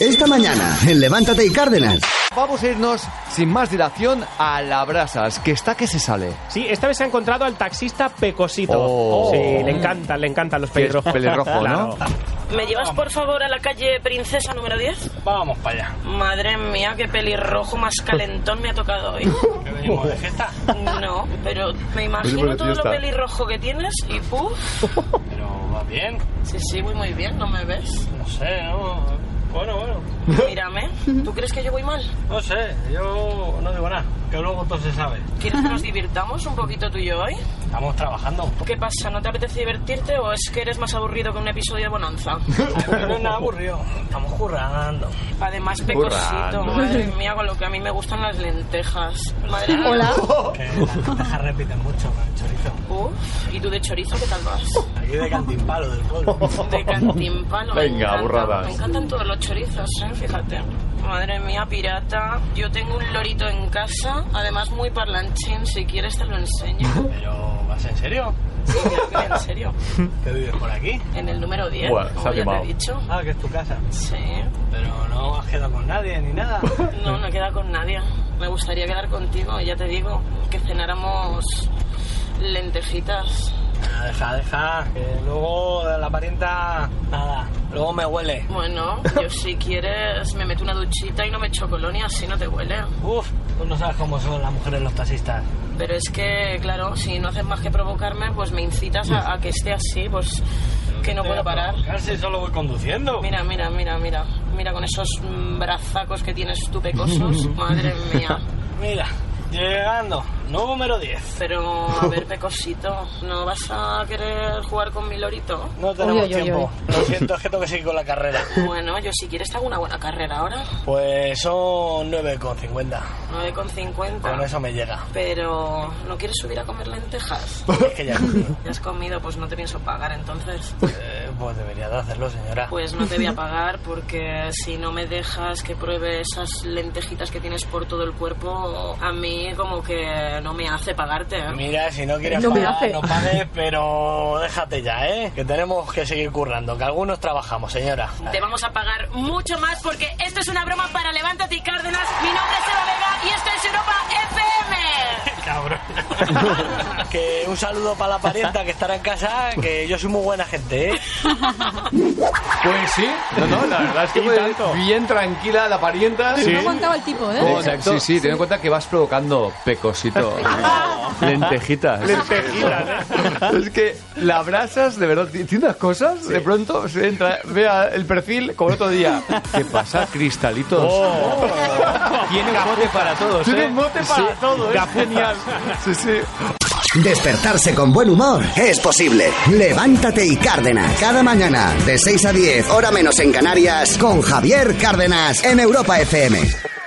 Esta mañana, en Levántate y Cárdenas. Vamos a irnos sin más dilación a la brasas, que está que se sale. Sí, esta vez se ha encontrado al taxista Pecosito. Oh. Sí, le encantan, le encantan los Que es pelirrojos. pelirrojo, ¿no? Claro. ¿Me llevas por favor a la calle Princesa número 10? Vamos para allá. Madre mía, qué pelirrojo más calentón me ha tocado hoy. ¿Que venimos de fiesta? No, pero me imagino todo lo pelirrojo que tienes y puff. Pero va bien. Sí, sí, voy muy bien, ¿no me ves? No sé, ¿no? Bueno, bueno. Mírame. ¿Tú crees que yo voy mal? No sé, yo no digo nada. Que luego todo se sabe. ¿Quieres que nos divirtamos un poquito tú y yo hoy? Estamos trabajando. ¿Qué pasa? ¿No te apetece divertirte o es que eres más aburrido que un episodio de Bonanza? No es nada aburrido. Estamos currando. Además, pecosito, Currando. madre mía, con lo que a mí me gustan las lentejas. Madre mía. Que las lentejas repiten mucho con el chorizo. Uf, ¿y tú de chorizo qué tal vas? Aquí de cantimpalo del pueblo. De cantimpalo. me Venga, encanta. burradas. Me encantan todos los chorizos, ¿eh? fíjate. Madre mía, pirata. Yo tengo un lorito en casa, además muy parlanchín. Si quieres te lo enseño. Pero, ¿vas en serio? Sí, creo que en serio. ¿Que vives por aquí? En el número 10, Buah, se ha como ya te quemado. he dicho. Ah, que es tu casa. Sí. Pero no has quedado con nadie ni nada. No, no he quedado con nadie. Me gustaría quedar contigo, ya te digo, que cenáramos lentejitas. Ah, Deja, deja. Que luego de la parienta, nada. Luego me huele. Bueno, yo si quieres me meto una duchita y no me echo colonia, así no te huele. Uf, tú no sabes cómo son las mujeres los taxistas. Pero es que, claro, si no haces más que provocarme, pues me incitas a, a que esté así, pues que no puedo parar. Casi solo voy conduciendo. Mira, mira, mira, mira. Mira con esos mm, brazacos que tienes tú pecosos. Madre mía. Mira, llegando, número 10. Pero, a ver, pecosito, ¿no vas a querer jugar con mi lorito? No tenemos Uy, uy, uy, tiempo. Lo siento, es que tengo que seguir con la carrera. Bueno, yo si quieres te hago una buena carrera ahora. Pues son 9,50. 9,50. Con eso me llega. Pero, ¿no quieres subir a comer lentejas? Es que ya. Ya has comido, pues no te pienso pagar entonces. Eh, pues debería de hacerlo, señora. Pues no te voy a pagar porque si no me dejas que pruebe esas lentejitas que tienes por todo el cuerpo, a mí como que no me hace pagarte. ¿eh? Mira, si no quieres No me pagar, hace. no pagues, pero déjate ya, ¿eh? Que tenemos que seguir currando, que algunos trabajamos, señora. Te vamos a pagar mucho más porque esto es una broma para Levántate y Cárdenas. Mi nombre es Eva Vega y esto es Europa FM. Cabrón. que un saludo para la parienta que estará en casa, que yo soy muy buena gente, ¿eh? Pues sí, no, no, la verdad es que Y fue tanto. bien tranquila la parienta. No aguantaba el tipo, ¿eh? Con- sí, sí, ten en cuenta que vas provocando pecosito. Lentejitas. ¿eh? Lentejitas, Es que la brasas, de verdad, tiene unas cosas, de pronto se entra, vea el perfil como el otro día. ¿Qué pasa, cristalitos? Tiene un bote para todos. Tiene un bote para todo, ¿eh? Genial. Sí, sí. Despertarse con buen humor es posible. Levántate y Cárdenas. Cada mañana, de 6 a 10, hora menos en Canarias, con Javier Cárdenas en Europa FM.